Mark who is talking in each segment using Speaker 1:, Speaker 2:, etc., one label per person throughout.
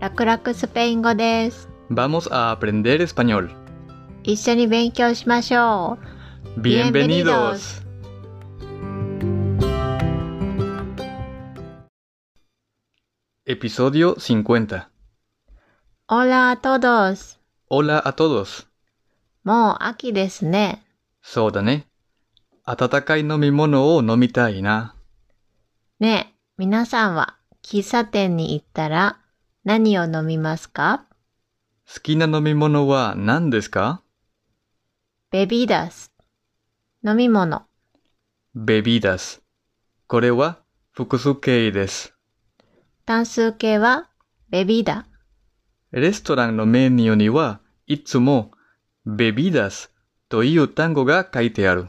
Speaker 1: 楽々スペイン語です。
Speaker 2: Vamos a aprender español.
Speaker 1: 一緒に勉強しましょう。
Speaker 2: Bienvenidos. エピソディオ50
Speaker 1: Hola a todos.
Speaker 2: Hola a todos.
Speaker 1: もう秋ですね。
Speaker 2: そうだね。温かい飲み物を飲みたいな。
Speaker 1: ねえ、皆さんは喫茶店に行ったら何を飲みますか
Speaker 2: 好きな飲み物は何ですか
Speaker 1: ベビーダス。飲み物。
Speaker 2: ベビーダス。これは複数形です。
Speaker 1: 単数形はベビーダ。
Speaker 2: レストランのメニューにはいつもベビーダスという単語が書いてある。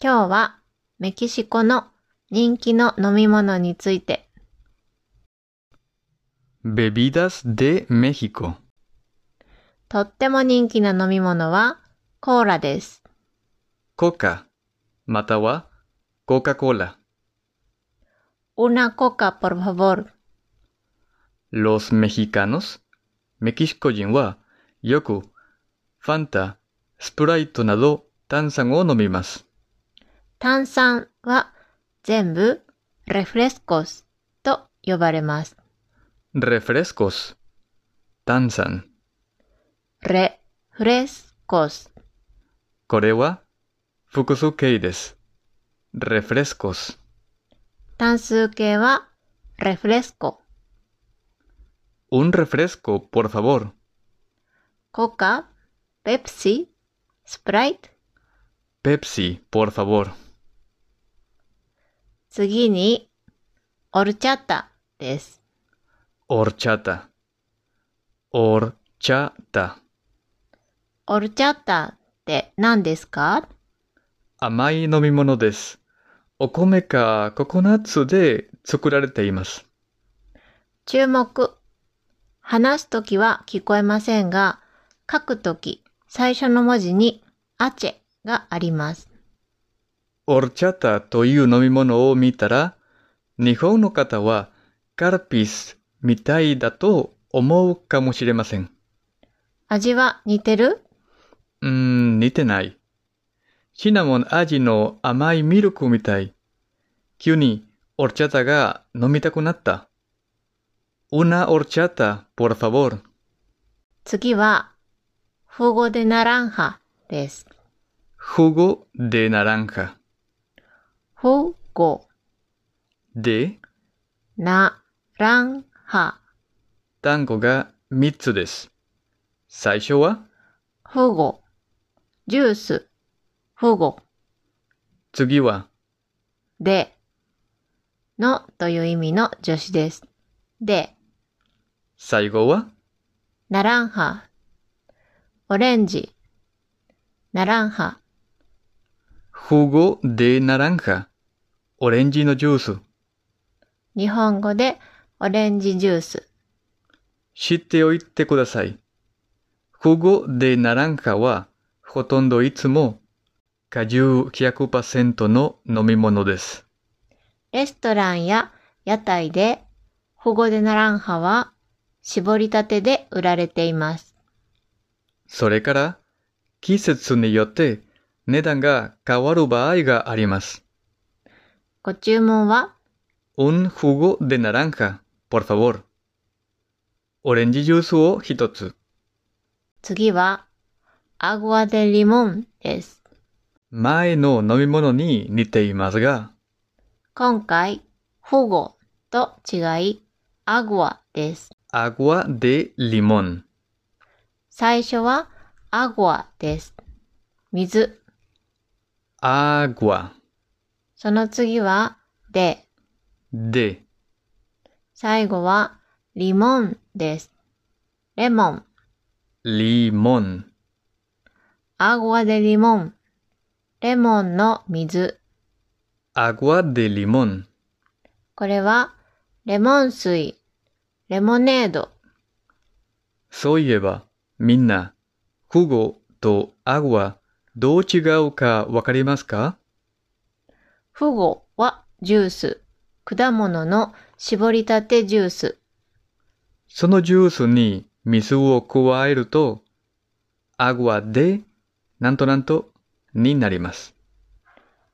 Speaker 1: 今日はメキシコの人気の飲み物について。
Speaker 2: Bebidas de México
Speaker 1: とっても人気な飲み物はコーラです。
Speaker 2: コカ、またはコカ・コーラ。
Speaker 1: Una coca, por favor.
Speaker 2: Los mexicanos, メキシコ人はよくファンタ、スプライトなど炭酸を飲みます。
Speaker 1: 炭酸は全部レフレスコスと呼ばれます。
Speaker 2: レフレスコス、炭酸。
Speaker 1: レフレスコス。
Speaker 2: これは複数形です。レフレスコス。
Speaker 1: 単数形はレフレスコ。
Speaker 2: Un refresco, por favor.
Speaker 1: コカ、ペプシ、スプライト。
Speaker 2: ペプシ、por favor.
Speaker 1: 次に、オルチャタです。
Speaker 2: オルチャタ。オルチャタ。
Speaker 1: オルチャタって何ですか
Speaker 2: 甘い飲み物です。お米かココナッツで作られています。
Speaker 1: 注目。話すときは聞こえませんが、書くとき、最初の文字にアチェがあります。
Speaker 2: オルチャタという飲み物を見たら、日本の方はカルピスみたいだと思うかもしれません。
Speaker 1: 味は似てる
Speaker 2: うーん、似てない。シナモン味の甘いミルクみたい。急にオルチャタが飲みたくなった。Una horchata, por favor.
Speaker 1: 次は、フゴでナランハです。
Speaker 2: フゴでナランハ。
Speaker 1: フゴ。
Speaker 2: で、
Speaker 1: な、らん、は。
Speaker 2: 単語が3つです。最初は、
Speaker 1: フゴ。ジュース、フゴ。
Speaker 2: 次は、
Speaker 1: で、のという意味の助詞です。で、
Speaker 2: 最後は、
Speaker 1: ナランハ、オレンジ、ナランハ。
Speaker 2: フゴでナランハ、オレンジのジュース。
Speaker 1: 日本語でオレンジジュース。
Speaker 2: 知っておいてください。フゴでナランハはほとんどいつも果汁100%の飲み物です。
Speaker 1: レストランや屋台でフゴでナランハは絞りたてで売られています。
Speaker 2: それから季節によって値段が変わる場合があります。
Speaker 1: ご注文は
Speaker 2: un jugo de naranja, por favor. オレンジジュースを一つ。
Speaker 1: 次は、アグアでリモンです。
Speaker 2: 前の飲み物に似ていますが、
Speaker 1: 今回、フゴと違い、アグアです。
Speaker 2: アグアでリモン。
Speaker 1: 最初は、アグアです。水。
Speaker 2: アグア。
Speaker 1: その次は、で。
Speaker 2: で、
Speaker 1: 最後は、リモンです。レモン。
Speaker 2: リモン。
Speaker 1: アグアでリモン。レモンの水。
Speaker 2: アグアでリモン。
Speaker 1: これは、レモン水、レモネード。
Speaker 2: そういえば、みんな、フゴとアグア、どう違うかわかりますか
Speaker 1: フゴはジュース。果物の絞りたてジュース。
Speaker 2: そのジュースに水を加えると、agua de なんとなんとになります。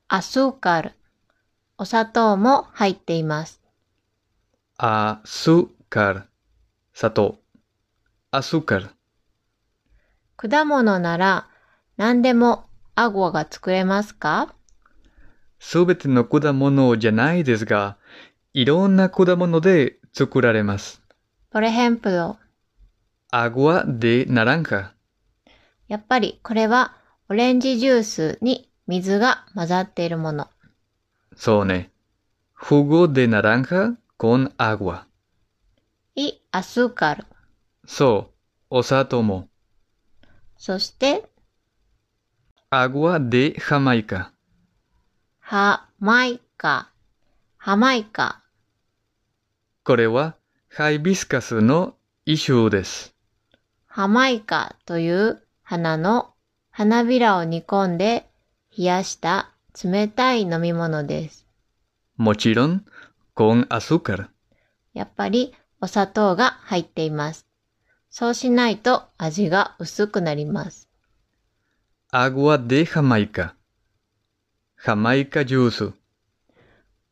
Speaker 1: アスーカル。お砂糖も入っています。
Speaker 2: azúcar 砂糖 azúcar
Speaker 1: 果物なら何でもアゴアが作れますか
Speaker 2: すべての果物じゃないですが、いろんな果物で作られます。
Speaker 1: por ejemplo、
Speaker 2: agua de naranja
Speaker 1: やっぱりこれはオレンジジュースに水が混ざっているもの。
Speaker 2: そうね。jugo de naranja con agua
Speaker 1: い、アスーカル。
Speaker 2: そう。お砂糖も。
Speaker 1: そして、
Speaker 2: agua de Jamaica
Speaker 1: ハマイカ。ハマイカ。
Speaker 2: これはハイビスカスの一種です。
Speaker 1: ハマイカという花の花びらを煮込んで冷やした冷たい飲み物です。
Speaker 2: もちろん con azúcar
Speaker 1: やっぱりお砂糖が入っています。そうしないと味が薄くなります。
Speaker 2: agua de Jamaica Jamaica juice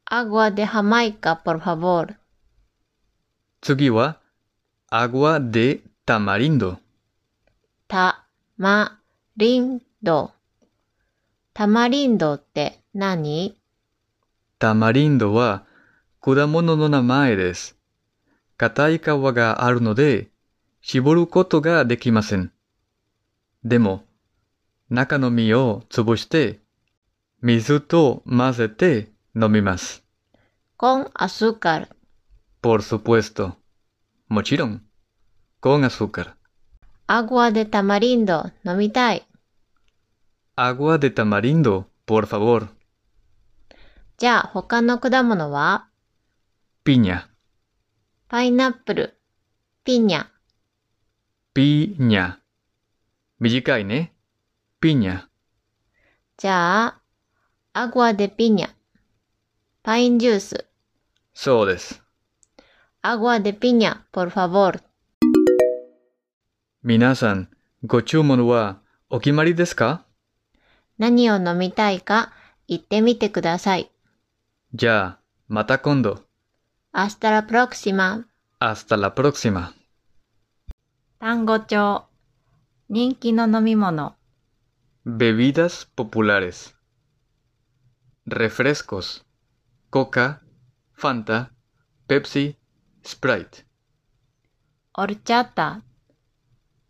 Speaker 1: アゴアでハマイカ、por favor。
Speaker 2: 次は agua de tamarindo
Speaker 1: た、ま、りんど。タマリンドって何
Speaker 2: タマリンドは果物の名前です。硬い皮があるので、絞ることができません。でも、中の実を潰して、水と混ぜて飲みます。
Speaker 1: con azúcar。
Speaker 2: por supuesto. もちろん。con azúcar.
Speaker 1: アゴアでタマリンド飲みたい。
Speaker 2: agua de tamarindo, por favor.
Speaker 1: じゃあ他の果物は
Speaker 2: piña.
Speaker 1: パイナップル、ピニャ、
Speaker 2: piña. 短いね。piña.
Speaker 1: じゃあ、アゴアでピニャ、パインジュース、
Speaker 2: そうです。
Speaker 1: アゴアでピニャ、por favor。
Speaker 2: 皆さん、ご注文はお決まりですか
Speaker 1: 何を飲みたいか言ってみてください。
Speaker 2: じゃあ、また今度。
Speaker 1: hasta la próxima。
Speaker 2: Hasta la próxima.
Speaker 1: 単語帳。人気の飲み物。
Speaker 2: Bebidas populares. Refrescos. Coca, Fanta, Pepsi, Sprite.
Speaker 1: オルチャタ、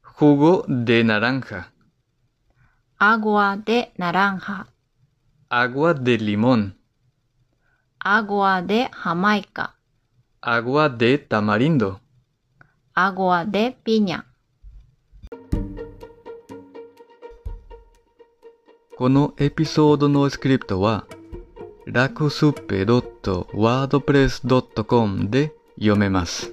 Speaker 2: Jugo de naranja.
Speaker 1: アゴアでナランハ、
Speaker 2: Agua de limón.
Speaker 1: アゴアでハマイカ、
Speaker 2: Agua de tamarindo.
Speaker 1: アゴアでピニャ。
Speaker 2: このエピソードのスクリプトは、ラクスペ .wordpress.com で読めます。